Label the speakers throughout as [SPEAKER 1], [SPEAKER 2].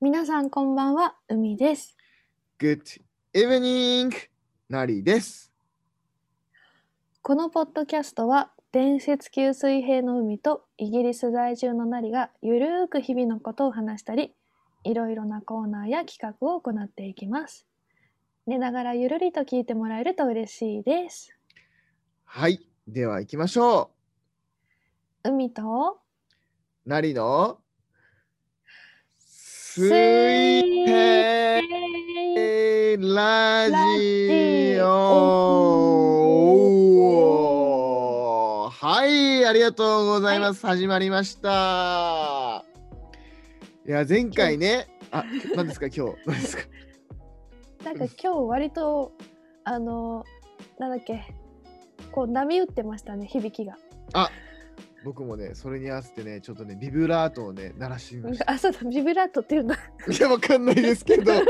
[SPEAKER 1] 皆さんこんばんは、海です。
[SPEAKER 2] Good evening! なりです。
[SPEAKER 1] このポッドキャストは、伝説級水平の海とイギリス在住のナリがゆるーく日々のことを話したり、いろいろなコーナーや企画を行っていきます。寝ながらゆるりと聞いてもらえると嬉しいです。
[SPEAKER 2] はい。では行きましょ
[SPEAKER 1] 海と
[SPEAKER 2] う。なりの水
[SPEAKER 1] 平
[SPEAKER 2] 平ラジオはい、ありがとうございます。始まりました。いや、前回ね、あ、何ですか、今 日。何ですか。
[SPEAKER 1] なんか今日割と、あの、なんだっけ、こう波打ってましたね、響きが。
[SPEAKER 2] 僕もね、それに合わせてね、ちょっとね、ビブラートをね、鳴らしてみまし た。
[SPEAKER 1] あ、そうだ、ビブラートっていうんだ。
[SPEAKER 2] いや、わかんないですけど、
[SPEAKER 1] 言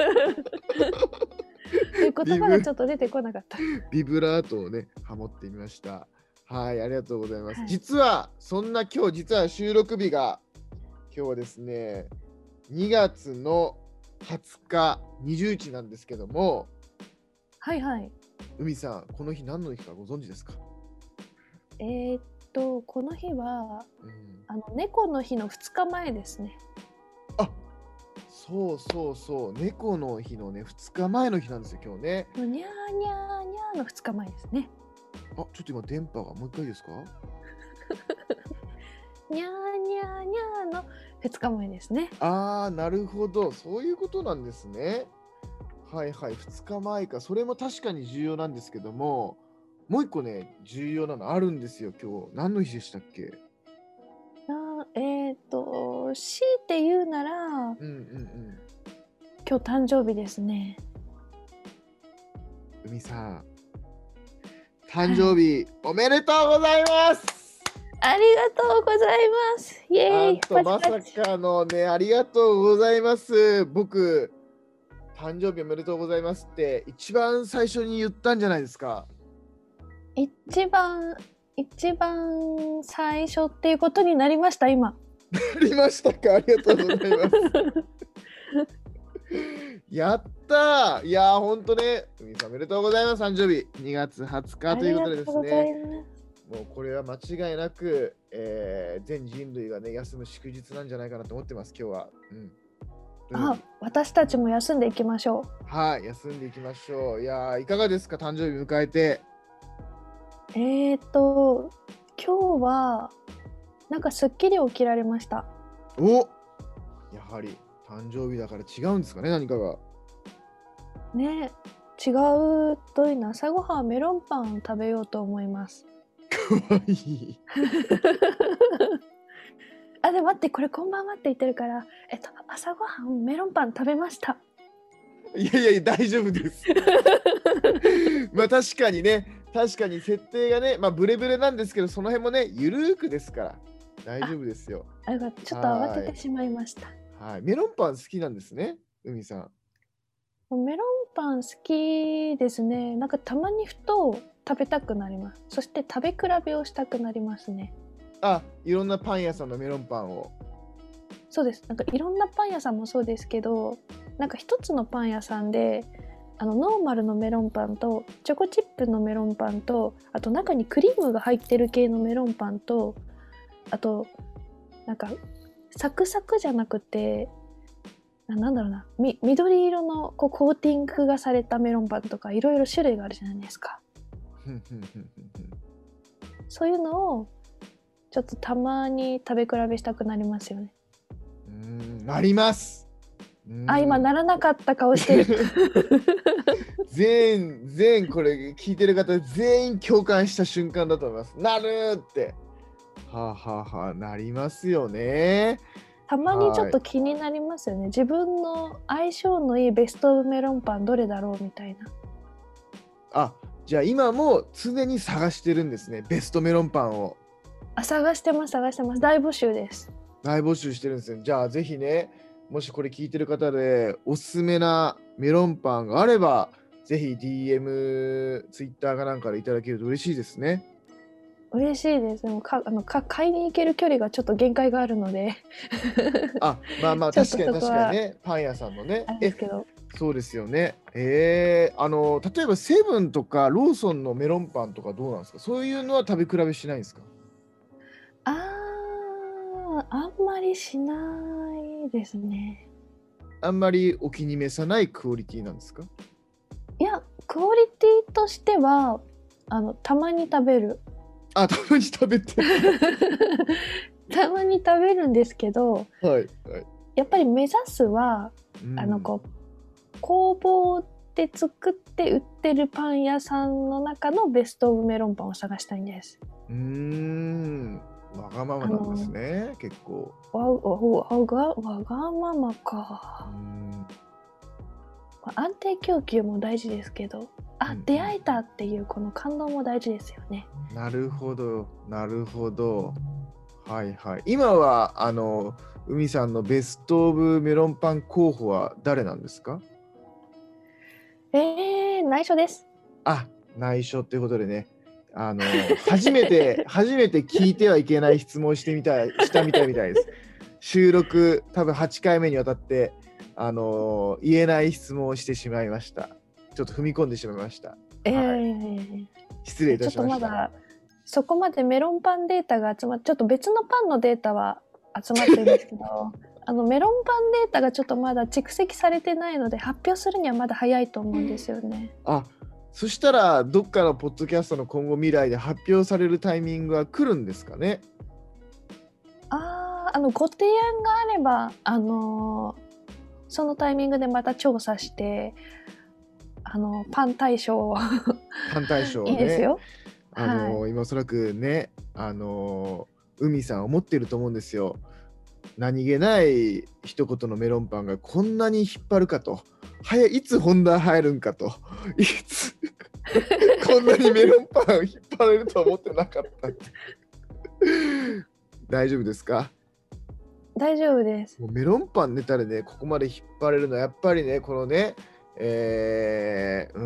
[SPEAKER 1] 葉がちょっと出てこなかった。
[SPEAKER 2] ビブラートをね、ハモってみました。はい、ありがとうございます。
[SPEAKER 1] はい
[SPEAKER 2] 実は、そんな今日、実は収録日が、今日はですね、2月の20日、20日なんですけども、
[SPEAKER 1] はいはい。
[SPEAKER 2] 海さん、この日何の日かご存知ですか、
[SPEAKER 1] えーっと、この日は、
[SPEAKER 2] うん、
[SPEAKER 1] あの猫の日の2日前ですね。
[SPEAKER 2] あそうそうそう、猫の日のね、2日前の日なんですよ、今日ね。
[SPEAKER 1] もうにゃーにゃーにゃーの2日前ですね。
[SPEAKER 2] あ、ちょっと今、電波が、もう一回ですか
[SPEAKER 1] にゃーにゃーにゃーの2日前ですね。
[SPEAKER 2] ああ、なるほど。そういうことなんですね。はいはい、2日前か。それも確かに重要なんですけども、もう一個ね、重要なのあるんですよ、今日。何の日でしたっけ
[SPEAKER 1] なえーっと、強いて言うなら、今
[SPEAKER 2] うんうんうん。
[SPEAKER 1] 日誕生日ですね。
[SPEAKER 2] 海さん、誕生日、おめでとうございます
[SPEAKER 1] ありがとうございます。イエ
[SPEAKER 2] な
[SPEAKER 1] ー
[SPEAKER 2] ん
[SPEAKER 1] イ
[SPEAKER 2] とまさかのね、ありがとうございます。僕、誕生日おめでとうございますって、一番最初に言ったんじゃないですか。
[SPEAKER 1] 一番、一番最初っていうことになりました、今。
[SPEAKER 2] ありましたかありがとうございます。やったーいやーほんとね、海さんおめでとうございます、誕生日。2月20日ということでですね、
[SPEAKER 1] ます。
[SPEAKER 2] もうこれは間違いなく、えー全人類がね、休む祝日なんじゃないかなと思ってます、今日は。うん。というわ
[SPEAKER 1] あ、私たちも休んでいきましょう。
[SPEAKER 2] けではい、休んでいきましょう。いやーいかがですか、誕生日迎えて。
[SPEAKER 1] えー、っと今日はなんかすっきり起きられました。
[SPEAKER 2] おやはり、誕生日だから違うんですかね、何かが。
[SPEAKER 1] ね違うといいな朝ごはんはメロンパンを食べようと思います。
[SPEAKER 2] かわいい。
[SPEAKER 1] あでも待ってこれこんばんはって言ってるからえっと朝ごはんメロンパン食べました。
[SPEAKER 2] いやいやいや大丈夫です。 まあ確かにね確かに設定がねまあブレブレなんですけどその辺もねゆるーくですから大丈夫ですよ。
[SPEAKER 1] あよかったちょっと慌ててしまいました。
[SPEAKER 2] はいメロンパン好きなんですね海さん。
[SPEAKER 1] メロンパン好きですね。なんかたまにふと食べたくなります。そして食べ比べをしたくなりますね。
[SPEAKER 2] あいろんなパン屋さんのメロンパンを。
[SPEAKER 1] そうですなんかいろんなパン屋さんもそうですけどなんか一つのパン屋さんであのノーマルのメロンパンとチョコチップのメロンパンとあと中にクリームが入ってる系のメロンパンとあとなんかサクサクじゃなくてななんだろうなみ緑色のこうコーティングがされたメロンパンとかいろいろ種類があるじゃないですか。
[SPEAKER 2] ふんふんふんふんふん
[SPEAKER 1] そういうのをちょっとたまに食べ比べしたくなりますよね。
[SPEAKER 2] うーんなります。うーん
[SPEAKER 1] あ今ならなかった顔してる。
[SPEAKER 2] 全員全員これ聞いてる方全員共感した瞬間だと思います。なるーって。はあ、はあはあ、なりますよね。
[SPEAKER 1] たまにちょっと気になりますよね自分の相性のいいベストメロンパンどれだろうみたいな
[SPEAKER 2] あじゃあ今も常に探してるんですねベストメロンパンを
[SPEAKER 1] あ探してます探してます大募集です
[SPEAKER 2] 大募集してるんですよじゃあぜひねもしこれ聞いてる方でおすすめなメロンパンがあればぜひ DM、Twitter かなんかでいただけると嬉しいですね。
[SPEAKER 1] 嬉しいです。でもかあのか買いに行ける距離がちょっと限界があるので
[SPEAKER 2] あまあまあ
[SPEAKER 1] ちょっと
[SPEAKER 2] 確かに確
[SPEAKER 1] そこは
[SPEAKER 2] かにねパン屋さんのね
[SPEAKER 1] あれで
[SPEAKER 2] え
[SPEAKER 1] すけど
[SPEAKER 2] そうですよねえー、あの例えばセブンとかローソンのメロンパンとかどうなんですかそういうのは食べ比べしないんですか
[SPEAKER 1] あーあんまりしないですね。
[SPEAKER 2] あんまりお気に召さないクオリティなんですか
[SPEAKER 1] いやクオリティとしてはあのたまに食べる
[SPEAKER 2] あたまに食べてはい
[SPEAKER 1] たまに食べるんですけど
[SPEAKER 2] はい、
[SPEAKER 1] やっぱり目指すは
[SPEAKER 2] うん
[SPEAKER 1] あのこう工房で作って売ってるパン屋さんの中のベストオブメロンパンを探したいんです。
[SPEAKER 2] うーんわがままなんですね結構
[SPEAKER 1] わうわうわがわがままか
[SPEAKER 2] う。ん
[SPEAKER 1] まあ安定供給も大事ですけど、あ、
[SPEAKER 2] うん
[SPEAKER 1] 出会えたっていうこの感動も大事ですよね。
[SPEAKER 2] なるほどなるほどはいはい今はあの海さんのベスト・オブ・メロンパン候補は誰なんですか
[SPEAKER 1] えー、内緒です。
[SPEAKER 2] あ内緒ってことでねあの初めて初めて聞いてはいけない質問をしてみたいしたみたいみたいです収録多分8回目にわたってあの言えない質問をしてしまいましたちょっと踏み込んでしまいました
[SPEAKER 1] えー
[SPEAKER 2] は失礼い
[SPEAKER 1] ちょ
[SPEAKER 2] た
[SPEAKER 1] っ
[SPEAKER 2] し
[SPEAKER 1] と
[SPEAKER 2] ま
[SPEAKER 1] ま
[SPEAKER 2] した
[SPEAKER 1] だそこまでメロンパンデータが集まって、ちょっと別のパンのデータは集まってるんですけど、 あのメロンパンデータがちょっとまだ蓄積されてないので、発表するにはまだ早いと思うんですよね。
[SPEAKER 2] あそしたらどっかのポッドキャストの今後未来で発表されるタイミングは来るんですかね
[SPEAKER 1] あーあのご提案があればあのーそのタイミングでまた調査してあのパン大賞を
[SPEAKER 2] 反対賞をね
[SPEAKER 1] いいですよ。
[SPEAKER 2] あの今おそらくねあの海さん思ってると思うんですよ何気ない一言のメロンパンがこんなに引っ張るかと早いつ本題入るんかといつ こんなにメロンパン引っ張れるとは思ってなかったって大丈夫ですか
[SPEAKER 1] 大丈夫です。
[SPEAKER 2] もうメロンパンネタでね、ここまで引っ張れるのは、やっぱりね、このね、えー、うー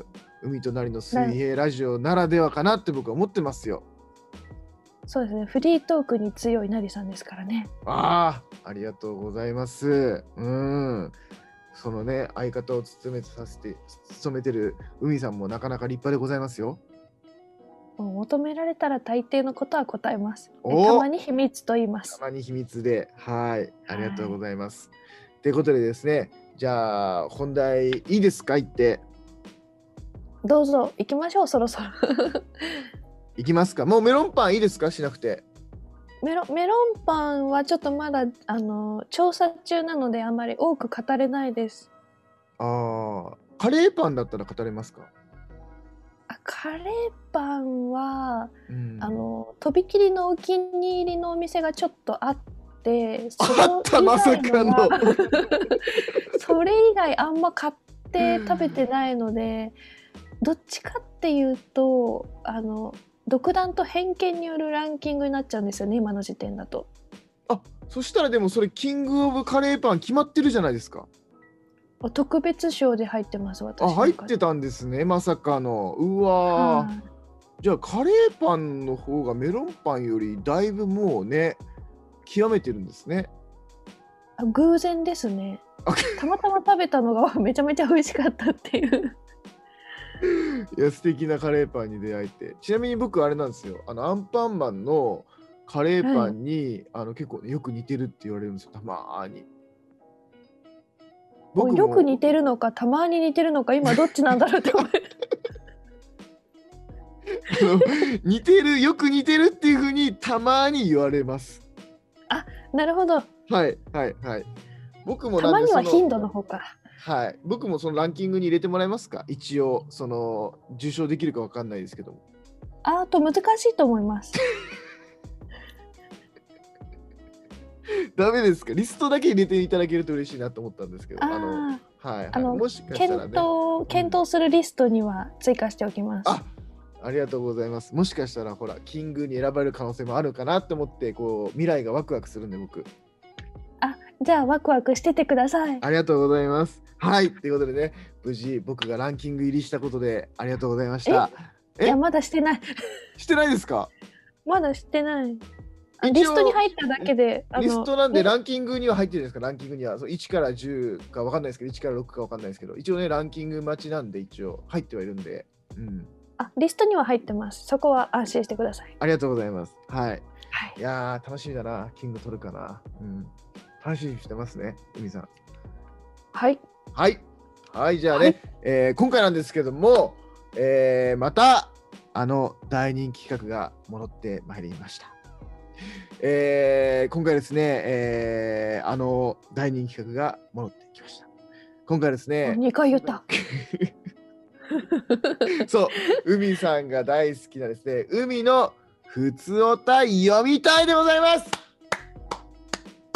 [SPEAKER 2] ん、海となりの水平ラジオならではかなって僕は思ってますよ。
[SPEAKER 1] そうですね。フリートークに強いなりさんですからね。
[SPEAKER 2] ああ、ありがとうございます。うん。そのね、相方を務めさせて、務めてる海さんもなかなか立派でございますよ。
[SPEAKER 1] もう求められたら大抵のことは答えます。で
[SPEAKER 2] お
[SPEAKER 1] たまに秘密と言いま
[SPEAKER 2] た
[SPEAKER 1] す。
[SPEAKER 2] まに秘密で、はい、ありがとうございます。ということでですね、じゃあ、本題いいですか言って。
[SPEAKER 1] どうぞ行きましょう。そろそ ろ
[SPEAKER 2] いきますか。もうメロンパンいいですかしなくて。
[SPEAKER 1] メロメロンパンはちょっとまだあの調査中なのであまり多く語れないです。
[SPEAKER 2] ああ、カレーパンだったら語れますか。
[SPEAKER 1] あカレーパンは
[SPEAKER 2] うん
[SPEAKER 1] あのとびきりのお気に入りのお店がちょっとあってそ
[SPEAKER 2] あ
[SPEAKER 1] の
[SPEAKER 2] ったまさかの
[SPEAKER 1] 以外は それ以外あんま買って食べてないのでどっちかっていうとあの独断と偏見によるランキングになっちゃうんですよね今の時点だと。
[SPEAKER 2] あ、そしたらでもそれキングオブカレーパン決まってるじゃないですか。
[SPEAKER 1] 特別賞で入ってます私
[SPEAKER 2] あ、
[SPEAKER 1] の中
[SPEAKER 2] 入
[SPEAKER 1] で
[SPEAKER 2] ってたんですね。まさかの。うわー
[SPEAKER 1] は。
[SPEAKER 2] じゃあカレーパンの方がメロンパンよりだいぶもうね、極めてるんですね。
[SPEAKER 1] いあ偶然ですね
[SPEAKER 2] あ
[SPEAKER 1] たまたま食べたのが めちゃめちゃ美味しかったっていう
[SPEAKER 2] いや素敵なカレーパンに出会えて。ちなみに僕あれなんですよ。あのアンパンマンのカレーパンに、あの結構ね、よく似てるって言われるんですよ。たまーに。僕も
[SPEAKER 1] よく似てるのかたまに似てるのか今どっちなんだろうって思い
[SPEAKER 2] あの似てるよく似てるっていうふうにたまに言われます
[SPEAKER 1] なるほど。
[SPEAKER 2] はいはいはい僕も
[SPEAKER 1] た
[SPEAKER 2] な
[SPEAKER 1] ま
[SPEAKER 2] んで
[SPEAKER 1] には
[SPEAKER 2] その
[SPEAKER 1] 頻度の方か。
[SPEAKER 2] はい僕もそのランキングに入れてもらえますか一応その受賞できるかわかんないですけども
[SPEAKER 1] あーと難しいと思います。
[SPEAKER 2] ダメですかリストだけ入れていただけると嬉しいなと思ったんですけど
[SPEAKER 1] あ
[SPEAKER 2] あの
[SPEAKER 1] あ
[SPEAKER 2] はい、はい、
[SPEAKER 1] あの
[SPEAKER 2] もし
[SPEAKER 1] ー、
[SPEAKER 2] かした
[SPEAKER 1] 検
[SPEAKER 2] らね
[SPEAKER 1] 討検討するリストには追加しておきます。
[SPEAKER 2] あありがとうございますもしかしたらほらキングに選ばれる可能性もあるかなって思ってこう未来がワクワクするんで僕
[SPEAKER 1] じゃあワクワクしててください。
[SPEAKER 2] ありがとうございます。はい、ということでね、無事僕がランキング入りしたことでありがとうございました。
[SPEAKER 1] い
[SPEAKER 2] え
[SPEAKER 1] やまだしてない
[SPEAKER 2] してないですか
[SPEAKER 1] まだしてないあ
[SPEAKER 2] 一応
[SPEAKER 1] リストに入っただけであ
[SPEAKER 2] リストなんで
[SPEAKER 1] ね
[SPEAKER 2] ランキングには入ってるんですかランキングにはそう1から10か分かんないですけど1から6か分かんないですけど一応ねランキング待ちなんで一応入ってはいるんで、うん、
[SPEAKER 1] あリストには入ってますそこは安心してください
[SPEAKER 2] ありがとうございますはい
[SPEAKER 1] はい
[SPEAKER 2] いやー楽しみだなキング取るかな、うん、楽しみにしてますね海さん
[SPEAKER 1] はい
[SPEAKER 2] はい。はい、じゃあね、
[SPEAKER 1] はい
[SPEAKER 2] えー今回なんですけども、えーまた、あの大人気企画が戻ってまいりました。えー今回ですね、えーあの大人気企画が戻ってきました。今回ですね、
[SPEAKER 1] 2回言った。
[SPEAKER 2] そう、海さんが大好きなですね、海の普通おた読みたいでございます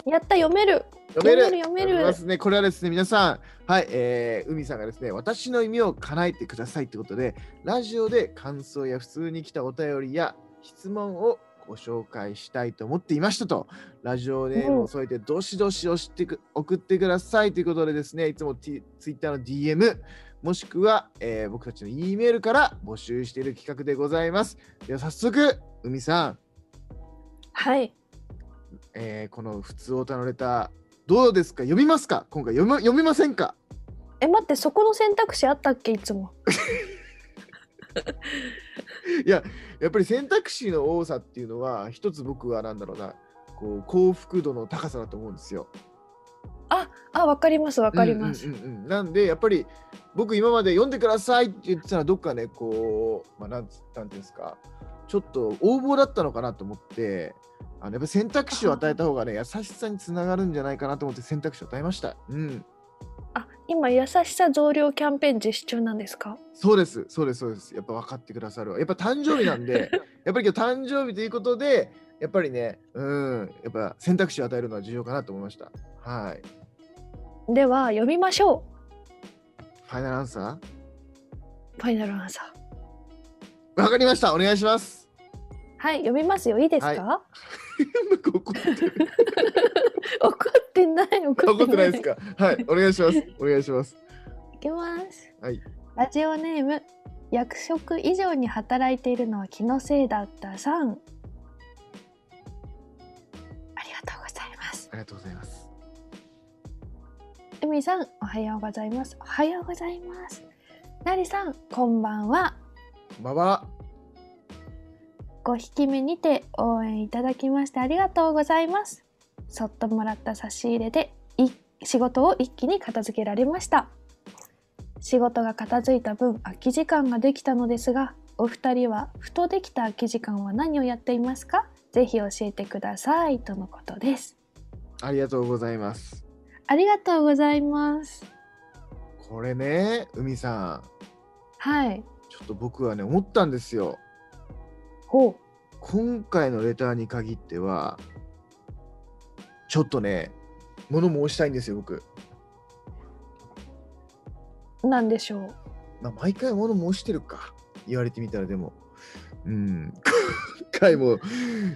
[SPEAKER 1] やった読める
[SPEAKER 2] 読める
[SPEAKER 1] 読める読める
[SPEAKER 2] 読めますねこれはですね皆さんはい、えー、海さんがですね私の夢を叶えてくださいということでラジオで感想や普通に来たお便りや質問をご紹介したいと思っていましたとラジオネームを添えてどしどし押してく送ってくださいということでですねいつも T ツイッターの DM もしくは、えー僕たちの E メールから募集している企画でございますでは早速海さん、
[SPEAKER 1] はい
[SPEAKER 2] えーこの普通おたのレターどうですか読みますか今回読み読みませんか
[SPEAKER 1] え待ってそこの選択肢あったっけいつも
[SPEAKER 2] やっぱり選択肢の多さっていうのは一つ僕はなんだろうなこう幸福度の高さだと思うんですよ。
[SPEAKER 1] あわかりますわかります、
[SPEAKER 2] うんうんうんうんなんでやっぱり僕今まで読んでくださいって言ってたらどっかねこう、まあ、なんつなんていうんですかちょっと横暴だったのかなと思ってあのやっぱ選択肢を与えた方がね優しさにつながるんじゃないかなと思って選択肢を与えました。うん
[SPEAKER 1] あ今優しさ増量キャンペーン実施中なんですか
[SPEAKER 2] そうです、そうです、そうです。やっぱ分かってくださるわ。やっぱ誕生日なん で、やっぱり今日誕生日ということで、やっぱりね、うん、やっぱ選択肢を与えるのは重要かなと思いました。はい。
[SPEAKER 1] では読みましょ
[SPEAKER 2] ファイナルアンサ
[SPEAKER 1] うファイナルアンサー
[SPEAKER 2] ーわかりました、お願いします。
[SPEAKER 1] はい読みますよいいですか、
[SPEAKER 2] は 怒ってる
[SPEAKER 1] 怒ってない怒
[SPEAKER 2] 怒
[SPEAKER 1] っ
[SPEAKER 2] ってて
[SPEAKER 1] な
[SPEAKER 2] ないいですか。はい、お願いします。お願いします。
[SPEAKER 1] いきます、
[SPEAKER 2] はい
[SPEAKER 1] ラジオネーム役職以上に働いているのは気のせいだったさんありがとうございます
[SPEAKER 2] ありがとうございます。
[SPEAKER 1] 海さんおはようございますおはようございますなりさんこんばんは
[SPEAKER 2] こんばんは。
[SPEAKER 1] 5匹目にて応援いただきましてありがとうございますそっともらった差し入れでい仕事を一気に片付けられました仕事が片付いた分空き時間ができたのですがお二人はふとできた空き時間は何をやっていますかぜひ教えてくださいとのことです
[SPEAKER 2] ありがとうございます。
[SPEAKER 1] ありがとうございます
[SPEAKER 2] これね、海さん、
[SPEAKER 1] はい
[SPEAKER 2] ちょっと僕はね、思ったんですよ。
[SPEAKER 1] ほう
[SPEAKER 2] 今回のレターに限ってはちょっとね物申したいんですよ僕、
[SPEAKER 1] なんでしょう
[SPEAKER 2] まあ、毎回物申してるか言われてみたらでもうん今回も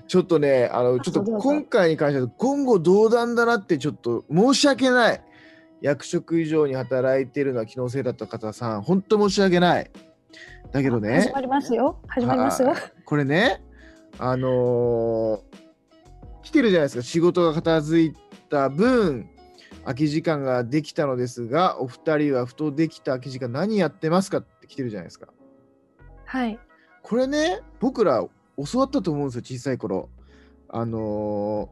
[SPEAKER 2] ちょっとねあのちょっ
[SPEAKER 1] ど
[SPEAKER 2] と
[SPEAKER 1] うぞどうぞ
[SPEAKER 2] 今回に関しては言語道断だなってちょっと申し訳ない役職以上に働いてるのは機能性だった方さん本当申し訳ないだけどね
[SPEAKER 1] 始まりますよ始まりますよ
[SPEAKER 2] はこれねあのー来てるじゃないですか仕事が片付いた分空き時間ができたのですがお二人はふとできた空き時間何やってますかって来てるじゃないですか
[SPEAKER 1] はい
[SPEAKER 2] これね僕ら教わったと思うんですよ小さい頃あの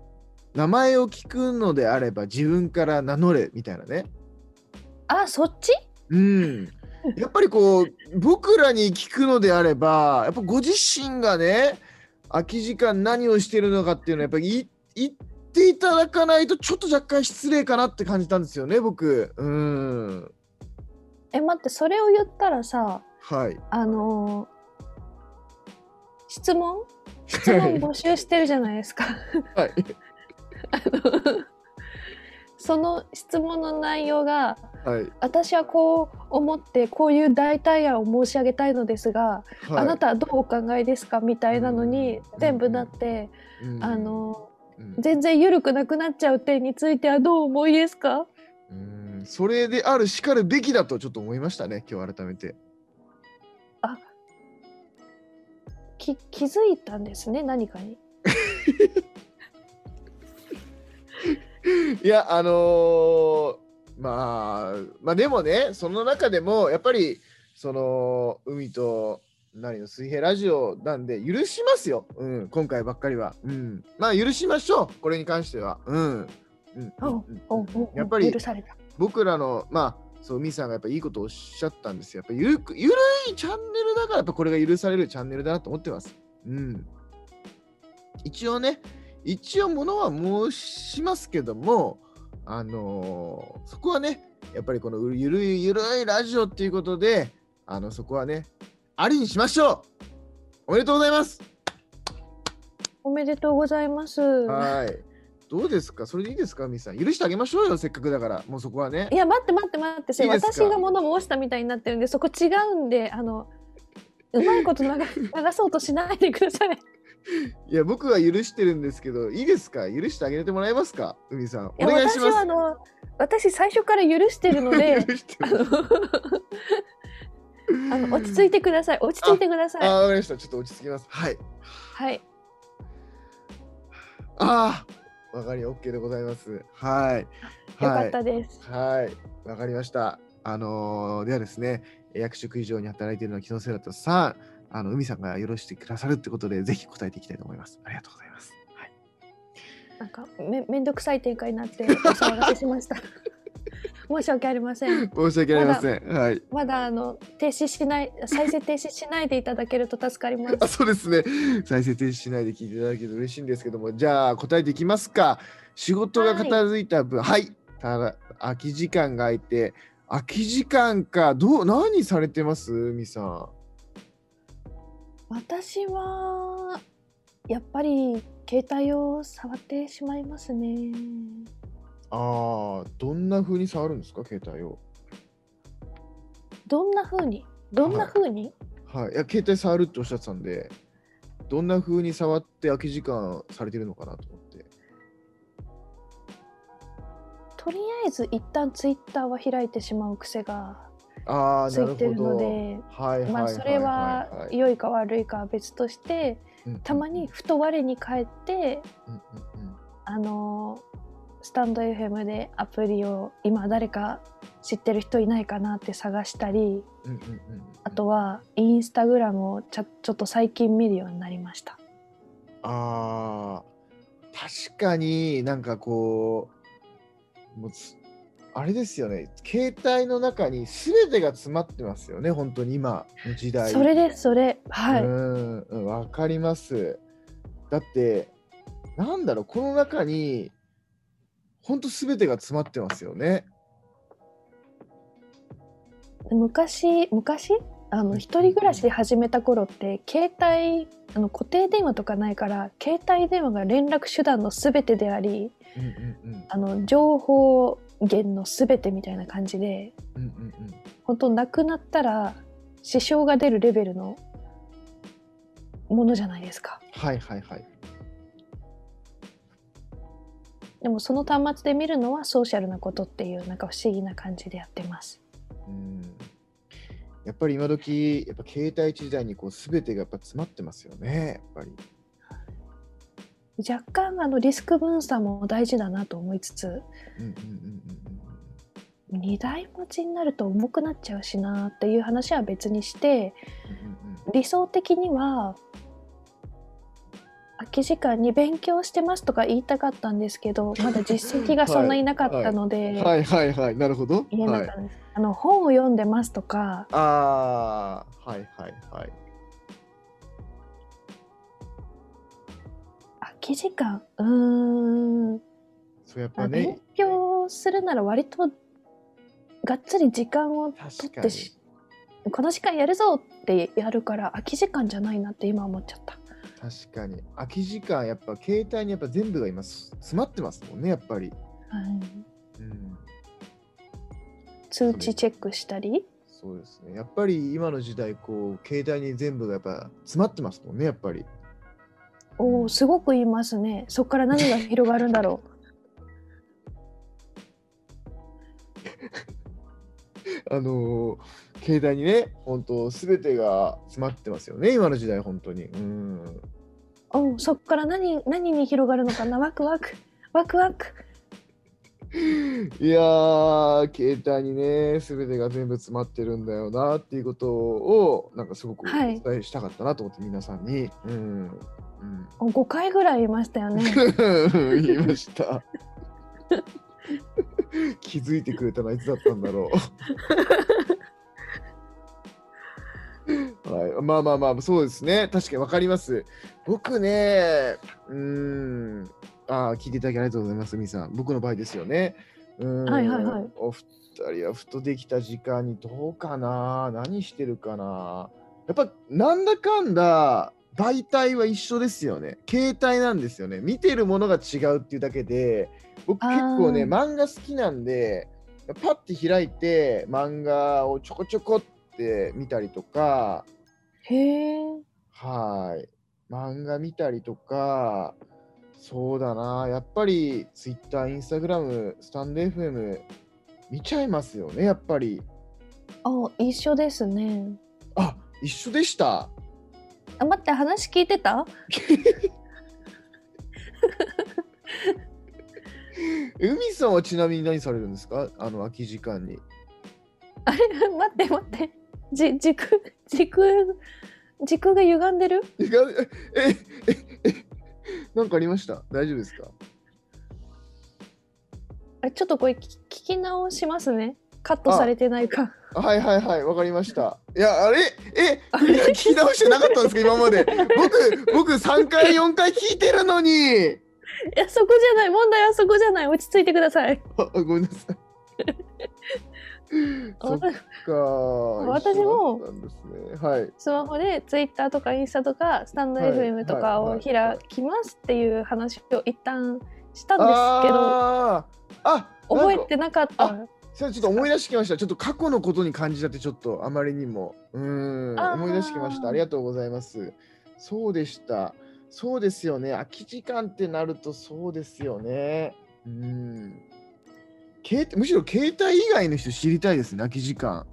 [SPEAKER 2] ー名前を聞くのであれば自分から名乗れみたいなね
[SPEAKER 1] あそっち
[SPEAKER 2] うん、やっぱりこう僕らに聞くのであればやっぱご自身がね空き時間何をしてるのかっていうのはやっぱり言っていただかないとちょっと若干失礼かなって感じたんですよね僕。うん
[SPEAKER 1] え待ってそれを言ったらさ
[SPEAKER 2] はい、
[SPEAKER 1] あのー質問質問募集してるじゃないですか。
[SPEAKER 2] はい、
[SPEAKER 1] あのその質問の内容が
[SPEAKER 2] はい、
[SPEAKER 1] 私はこう思ってこういう代替案を申し上げたいのですが、
[SPEAKER 2] はい
[SPEAKER 1] あなたはどうお考えですかみたいなのに
[SPEAKER 2] うん
[SPEAKER 1] 全部なって、
[SPEAKER 2] うん
[SPEAKER 1] あの
[SPEAKER 2] うん
[SPEAKER 1] 全然緩くなくなっちゃう点についてはどうお思いですか
[SPEAKER 2] うんそれであるしかるべきだとちょっと思いましたね今日改めて。
[SPEAKER 1] き気づいたんですね何かに。
[SPEAKER 2] いやあのーまあまあでもねその中でもやっぱりその海と何の水平ラジオなんで許しますよ、うん、今回ばっかりは、うん、まあ許しましょうこれに関しては、うんうんうんうん
[SPEAKER 1] おうおうおう
[SPEAKER 2] やっぱり
[SPEAKER 1] 許された。
[SPEAKER 2] 僕らのまあそう海さんがやっぱいいことをおっしゃったんですよやっぱゆるくゆるいチャンネルだからやっぱこれが許されるチャンネルだなと思ってますうん一応ね一応ものは申しますけどもあのーそこはねやっぱりこのうゆるいゆるいラジオっていうことであのそこはねありにしましょうおめでとうございます
[SPEAKER 1] おめでとうございます。
[SPEAKER 2] はいどうですかそれでいいですか海さん許してあげましょうよせっかくだからもうそこはね
[SPEAKER 1] いや待って待って待ってそれ
[SPEAKER 2] いいです
[SPEAKER 1] 私
[SPEAKER 2] か
[SPEAKER 1] が物申したみたいになってるんでそこ違うんであのうまいこと流流そうとしないでください。
[SPEAKER 2] いや僕は許してるんですけどいいですか許してあげてもらえますか海さん
[SPEAKER 1] い
[SPEAKER 2] お
[SPEAKER 1] や
[SPEAKER 2] 願いし
[SPEAKER 1] 私はあ
[SPEAKER 2] ま
[SPEAKER 1] の私最初から許してるの
[SPEAKER 2] す
[SPEAKER 1] で
[SPEAKER 2] 許して
[SPEAKER 1] あ
[SPEAKER 2] る
[SPEAKER 1] のあの落ち着いてください落ち着いてください
[SPEAKER 2] あわかりましたちょっと落ち着きますはい
[SPEAKER 1] はい
[SPEAKER 2] ああわかり OK でございますはい
[SPEAKER 1] よかっ
[SPEAKER 2] は
[SPEAKER 1] たです、
[SPEAKER 2] いはいわかりましたあのーではですね役職以上に働いているのは木野セラトさんあの海さんが許してくださるってことでぜひ答えていきたいと思いますありがとうございますはい
[SPEAKER 1] なんかめめんどくさい展開にな ってお騒がせしました申し訳ありません
[SPEAKER 2] 申し訳ありませんはい
[SPEAKER 1] まだあの停止しない再生停止しないでいただけると助かります
[SPEAKER 2] あそうですね再生停止しないで聞いていただけると嬉しいんですけどもじゃあ答えていきますか仕事が片付いた分はい、ただ空き時間が空いて空き時間かどう何されてますみさん
[SPEAKER 1] 私はやっぱり携帯を触ってしまいますね
[SPEAKER 2] あーどんな風に触るんですか携帯を
[SPEAKER 1] どんな風にどんな風に、
[SPEAKER 2] はいいや携帯触るっておっしゃってたんでどんな風に触って空き時間されてるのかなと思って
[SPEAKER 1] とりあえず一旦ツイッターは開いてしまう癖が
[SPEAKER 2] ああ
[SPEAKER 1] つ
[SPEAKER 2] なる
[SPEAKER 1] いてる
[SPEAKER 2] ほ
[SPEAKER 1] の
[SPEAKER 2] ど
[SPEAKER 1] で
[SPEAKER 2] はいはいはいはい、はい
[SPEAKER 1] まあそれは良いか悪いかは別としてたまにふと我に返って
[SPEAKER 2] うんうんうん
[SPEAKER 1] あのスタンド FM でアプリを今誰か知ってる人いないかなって探したり
[SPEAKER 2] うんうんうんうん
[SPEAKER 1] あとはインスタグラムをちゃちょっと最近見るようになりました。
[SPEAKER 2] あー確かになんかこうもうつあれですよね携帯の中に全てが詰まってますよね本当に今の時代、
[SPEAKER 1] それですそれはいう
[SPEAKER 2] んうんわかりますだってなんだろうこの中に本当全てが詰まってますよね
[SPEAKER 1] 昔昔あ
[SPEAKER 2] う
[SPEAKER 1] の
[SPEAKER 2] ん
[SPEAKER 1] 一人暮らし始めた頃って携帯あの固定電話とかないから携帯電話が連絡手段の全てであり
[SPEAKER 2] うんうんうん
[SPEAKER 1] あの情報源の全てみたいな感じで
[SPEAKER 2] うんうんうん
[SPEAKER 1] 本当なくなったら支障が出るレベルのものじゃないですか。
[SPEAKER 2] はいはいはい
[SPEAKER 1] でもその端末で見るのはソーシャルなことっていうなんか不思議な感じでやってます。
[SPEAKER 2] うんやっぱり今時やっぱ携帯時代にこう全てがやっぱ詰まってますよねやっぱり
[SPEAKER 1] 若干あのリスク分散も大事だなと思いつつ
[SPEAKER 2] うんうんうんうん
[SPEAKER 1] 2台持ちになると重くなっちゃうしなっていう話は別にして理想的には空き時間に勉強してますとか言いたかったんですけどまだ実績がそんなになかったの
[SPEAKER 2] うんうん
[SPEAKER 1] で
[SPEAKER 2] はいはいはいなるほど。
[SPEAKER 1] 言えな
[SPEAKER 2] は
[SPEAKER 1] かっ
[SPEAKER 2] い、
[SPEAKER 1] たんです、あの本を読んでますとか
[SPEAKER 2] ああはいはいはい。
[SPEAKER 1] 空き時間うーん
[SPEAKER 2] そうやっ
[SPEAKER 1] まあ
[SPEAKER 2] ぱ
[SPEAKER 1] 勉
[SPEAKER 2] ね
[SPEAKER 1] 強するなら割とがっつり時間を取
[SPEAKER 2] 確
[SPEAKER 1] っ
[SPEAKER 2] かに
[SPEAKER 1] てしこの時間やるぞってやるから空き時間じゃないなって今思っちゃった
[SPEAKER 2] 確かに空き時間やっぱ携帯にやっぱ全部が今す詰まってますもんねやっぱり。
[SPEAKER 1] はい
[SPEAKER 2] うん
[SPEAKER 1] 通知チェックしたり
[SPEAKER 2] そうですねやっぱり今の時代こう携帯に全部がやっぱ詰まってますもんねやっぱり。
[SPEAKER 1] おおすごく言いますねそこから何が広がるんだ ろ
[SPEAKER 2] あのー携帯にね、本当すべてが詰まってますよね、今の時代、本当に。うん。
[SPEAKER 1] おそっから何何に広がるのかなワクワクワクワク
[SPEAKER 2] いやー、携帯にね、すべてが全部詰まってるんだよなっていうことを、なんかすごくお
[SPEAKER 1] はい
[SPEAKER 2] 伝えしたかったなと思って、皆さんに。うん。うん。
[SPEAKER 1] お5回ぐらい言いましたよね
[SPEAKER 2] 言いました。気づいてくれたのはいつだったんだろう。はい、まあまあまあそうですね確かにわかります僕ねうーんあー聞いていただきありがとうございますみーさん僕の場合ですよねうーん
[SPEAKER 1] はいはいはい
[SPEAKER 2] お二人はふとできた時間にどうかな何してるかなやっぱなんだかんだ媒体は一緒ですよね携帯なんですよね見てるものが違うっていうだけで僕
[SPEAKER 1] あー
[SPEAKER 2] 結構ね漫画好きなんでパッて開いて漫画をちょこちょこって見たりとか
[SPEAKER 1] へえ
[SPEAKER 2] はい漫画見たりとかそうだなやっぱり TwitterInstagram スタンド FM 見ちゃいますよねやっぱり
[SPEAKER 1] あ一緒ですね
[SPEAKER 2] あ一緒でした
[SPEAKER 1] あ待って話聞いてた
[SPEAKER 2] え海さんはちなみに何されるんですかあの空き時間に。
[SPEAKER 1] あれ 待って待ってじ軸軸軸が歪んでる
[SPEAKER 2] えがええええなんかありました大丈夫ですか
[SPEAKER 1] あちょっとこれ聞き聞き直しますねカットされてないか
[SPEAKER 2] あはいはいはいわかりました。いやあれえ
[SPEAKER 1] あれ
[SPEAKER 2] いや聞き直してなかったんですか今まで。僕僕3回4回聞いてるのに
[SPEAKER 1] いやそこじゃない問題はそこじゃない落ち着いてください
[SPEAKER 2] あごめんなさい。そっか
[SPEAKER 1] 私も
[SPEAKER 2] 一緒だったんですね。はい。
[SPEAKER 1] スマホでツイッターとかインスタとかスタンド
[SPEAKER 2] はい
[SPEAKER 1] FM とか
[SPEAKER 2] はい
[SPEAKER 1] を
[SPEAKER 2] はいは
[SPEAKER 1] 開
[SPEAKER 2] い
[SPEAKER 1] きますっていう話を一旦したんですけど
[SPEAKER 2] あーあ
[SPEAKER 1] 覚え
[SPEAKER 2] なんか
[SPEAKER 1] てなかった
[SPEAKER 2] それちょっと思い出してきました。ちょっと過去のことに感じちゃって、ちょっとあまりにも。うーん、
[SPEAKER 1] あー
[SPEAKER 2] 思い出してきました。ありがとうございます。そうでした。そうですよね。空き時間ってなると、そうですよね。うーん。携むしろ携帯以外の人知りたいですね。空き時間。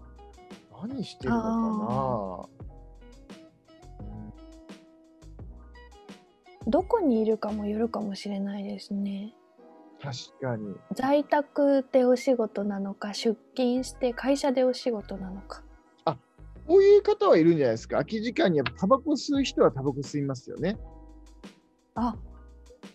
[SPEAKER 2] 何してるのかな。うん
[SPEAKER 1] どこにいるかもよるかもしれないですね
[SPEAKER 2] 確かに。
[SPEAKER 1] 在宅でお仕事なのか出勤して会社でお仕事なのか
[SPEAKER 2] こういう方はいるんじゃないですか。空き時間にやっぱタバコ吸う人はタバコ吸いますよね。
[SPEAKER 1] あ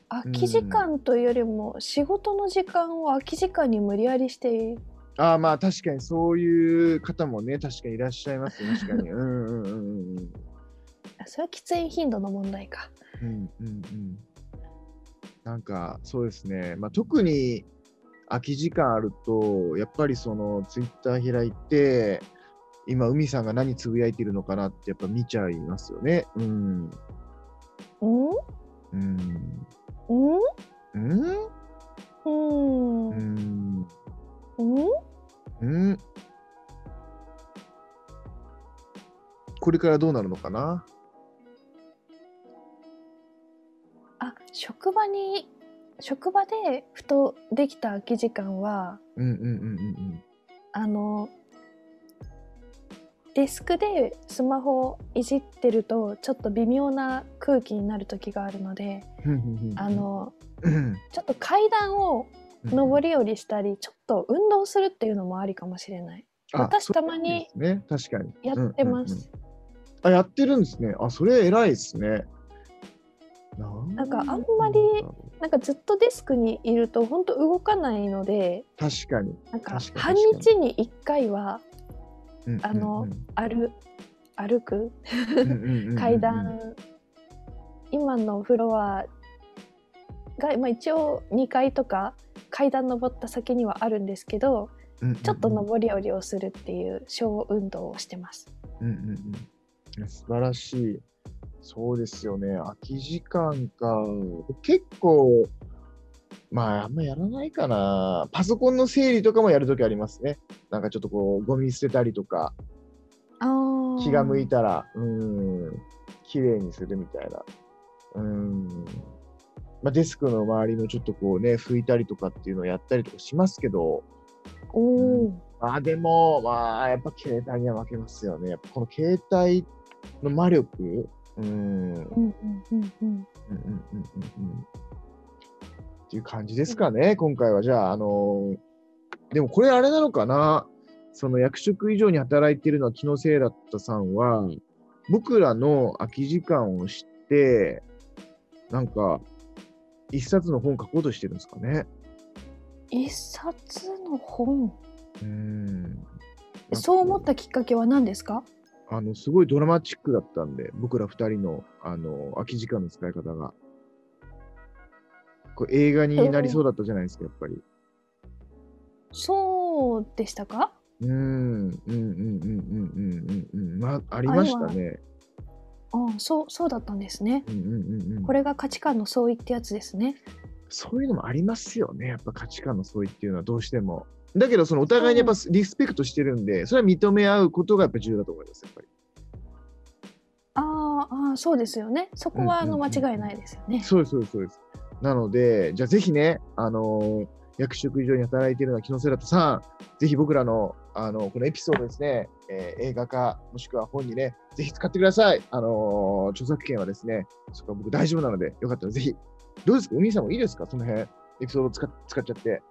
[SPEAKER 1] 空き時間というよりも仕事の時間を空き時間に無理やりして
[SPEAKER 2] ああまあ確かにそういう方もね確かにいらっしゃいますよ確か にうんうんうんうん
[SPEAKER 1] あそれは喫煙頻度の問題か
[SPEAKER 2] うんうんうんなんかそうですね、まあ、特に空き時間あるとやっぱりそのツイッター開いて今海さんが何つぶやいてるのかなってやっぱ見ちゃいますよねうん
[SPEAKER 1] うん
[SPEAKER 2] う
[SPEAKER 1] う
[SPEAKER 2] ん
[SPEAKER 1] ん
[SPEAKER 2] うん
[SPEAKER 1] うん
[SPEAKER 2] う
[SPEAKER 1] うん
[SPEAKER 2] ん
[SPEAKER 1] うん
[SPEAKER 2] うんこれからどうなるのかな
[SPEAKER 1] あ職場に職場でふとできた空き時間は
[SPEAKER 2] うんうんうんうん
[SPEAKER 1] あのデスクでスマホをいじってるとちょっと微妙な空気になる時があるので、
[SPEAKER 2] うんうんうんうん
[SPEAKER 1] あの
[SPEAKER 2] うん
[SPEAKER 1] ちょっと階段を
[SPEAKER 2] うん
[SPEAKER 1] 上り下りしたり、ちょっと運動するっていうのもありかもしれない
[SPEAKER 2] あ
[SPEAKER 1] 私
[SPEAKER 2] そう
[SPEAKER 1] たまに
[SPEAKER 2] ですね、確かに。
[SPEAKER 1] やってます、
[SPEAKER 2] うんうんうんあ、やってるんですね。あ、それ偉いですね。なん
[SPEAKER 1] なんかあんまりなんかずっとデスクにいると本当動かないので
[SPEAKER 2] 確かに。
[SPEAKER 1] なんか
[SPEAKER 2] 確か
[SPEAKER 1] 半
[SPEAKER 2] に
[SPEAKER 1] 日に1回は
[SPEAKER 2] うんうんうん
[SPEAKER 1] あの歩歩く
[SPEAKER 2] うんうんうんうん
[SPEAKER 1] 階段今のフロアが、まあ、一応2階とか階段登った先にはあるんですけど
[SPEAKER 2] うんうんうん
[SPEAKER 1] ちょっと上り下りをするっていう小運動をしてます。
[SPEAKER 2] うんうんうんいや素晴らしい。そうですよね。空き時間か。結構、まあ、あんまやらないかな。パソコンの整理とかもやるときありますね。なんかちょっとこう、ゴミ捨てたりとか、気が向い
[SPEAKER 1] た
[SPEAKER 2] たら、うん、綺麗にするみたいな。うん。まあ、デスクの周りのちょっとこうね、拭いたりとかっていうのをやったりとかしますけど、
[SPEAKER 1] おー
[SPEAKER 2] まあでも、まあやっぱ携帯には負けますよね。やっぱこの携帯の魔力、うん、うんうん
[SPEAKER 1] うんうんうん
[SPEAKER 2] うんうんうんうん。っていう感じですかね、今回は。じゃあ、あのーでもこれあれなのかなその役職以上に働いてるのは気のせいだったさんは、僕らの空き時間を知って、なんか、一冊の本書こうとしてるんですかね。
[SPEAKER 1] 一冊の本
[SPEAKER 2] うん。
[SPEAKER 1] そう思ったきっかけは何ですか
[SPEAKER 2] あの、すごいドラマチックだったんで、僕ら二人の、あの、空き時間の使い方が。これ映画になりそうだったじゃないですか、やっぱり。
[SPEAKER 1] そうでしたか
[SPEAKER 2] うん、うん、うん、うん、うん、うん、うん。まあ、ありましたね。
[SPEAKER 1] ああそうそうだったんですね。
[SPEAKER 2] うん、うん、うん、うん。
[SPEAKER 1] これが価値観の相違ってやつですね。
[SPEAKER 2] そういうのもありますよね。やっぱ価値観の相違っていうのはどうしても。だけど、そのお互いにやっぱリスペクトしてるんで、それは認め合うことがやっぱ重要だと思います、やっぱり。
[SPEAKER 1] ああああそうですよね。そこはあ
[SPEAKER 2] うんう
[SPEAKER 1] の
[SPEAKER 2] んうん
[SPEAKER 1] 間
[SPEAKER 2] うん
[SPEAKER 1] 違いないですよ ね。
[SPEAKER 2] そうです、そうです、そうです。なので、じゃあぜひね、あのー役職以上に働いているのは気のせいだとさん、ぜひ僕らの、あのーこのエピソードですね、えー映画化、もしくは本にね、ぜひ使ってください。あのー著作権はですね、そこは僕大丈夫なので、よかったらぜひ。どうですか海さんもいいですかその辺、エピソード使っ使っちゃって。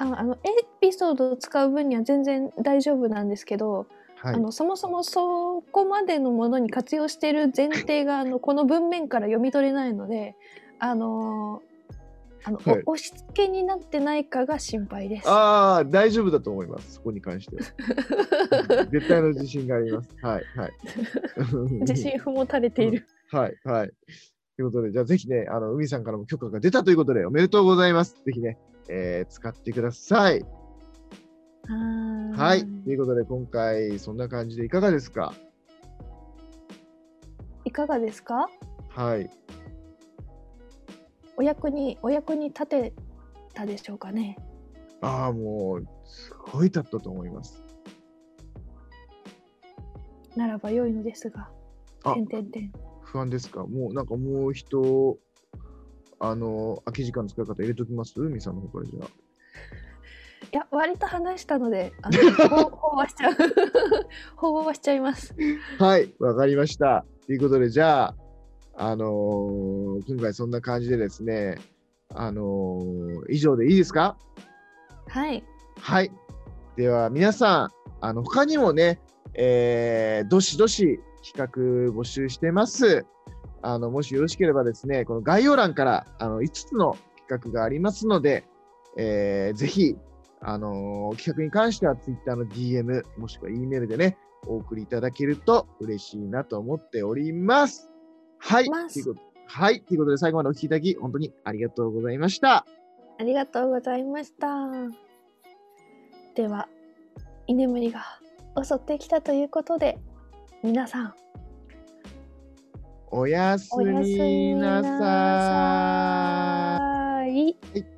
[SPEAKER 1] ああのエピソードを使う分には全然大丈夫なんですけど、
[SPEAKER 2] はい
[SPEAKER 1] あ。のそもそもそこまでのものに活用している前提があのこの文面から読み取れないので、あのあの、お
[SPEAKER 2] はい
[SPEAKER 1] 押し付けになってないかが心配です。
[SPEAKER 2] ああ、大丈夫だと思います。そこに関して は。絶対の自信があります。はい、はい。
[SPEAKER 1] 自信不持たれている。
[SPEAKER 2] はい、はい。ということで、じゃあぜひね、あの、海さんからも許可が出たということで、おめでとうございます。ぜひね、えー使ってください。は。
[SPEAKER 1] はい
[SPEAKER 2] ということで、今回、そんな感じでいかがですか
[SPEAKER 1] いかがですか？
[SPEAKER 2] はい。
[SPEAKER 1] お役にお役に立てたでしょうかね。
[SPEAKER 2] ああ、もう、すごいだったと思います。
[SPEAKER 1] ならば良いのですが。
[SPEAKER 2] あ
[SPEAKER 1] てんてんてん。
[SPEAKER 2] 不安ですかもう、なんかもう人、あの、空き時間の使い方入れときます海さんの方からじゃあ。
[SPEAKER 1] いや割と話したので、あのほ飽和しちゃう。 飽和しちゃいます。
[SPEAKER 2] はい、わかりました。ということで、じゃあ、あのー今回そんな感じでですね、あのー以上でいいですか
[SPEAKER 1] はい。
[SPEAKER 2] はい。では、皆さん、あの、他にもね、えーどしどし企画募集してます。あの、もしよろしければですね、この概要欄から、あの、5つの企画がありますので、えーぜひ、あのー企画に関しては Twitter の DM、もしくは E メールでね、お送りいただけると嬉しいなと思っております。はい。
[SPEAKER 1] ます
[SPEAKER 2] ということはい。ということで、最後までお聞きいただき、本当にありがとうございました。
[SPEAKER 1] ありがとうございました。では、居眠りが襲ってきたということで、皆さん、
[SPEAKER 2] おやす
[SPEAKER 1] おやす
[SPEAKER 2] み
[SPEAKER 1] み
[SPEAKER 2] な
[SPEAKER 1] な
[SPEAKER 2] さい。
[SPEAKER 1] さーい。